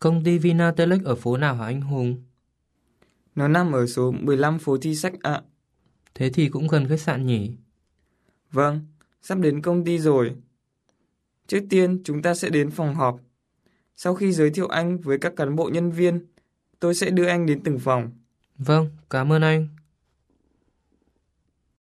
Công ty Vinatelex ở phố nào hả anh Hùng? Nó nằm ở số 15 phố thi sách ạ. Thế thì cũng gần khách sạn nhỉ? Vâng, sắp đến công ty rồi. Trước tiên, chúng ta sẽ đến phòng họp. Sau khi giới thiệu anh với các cán bộ nhân viên, tôi sẽ đưa anh đến từng phòng. Vâng, cảm ơn anh.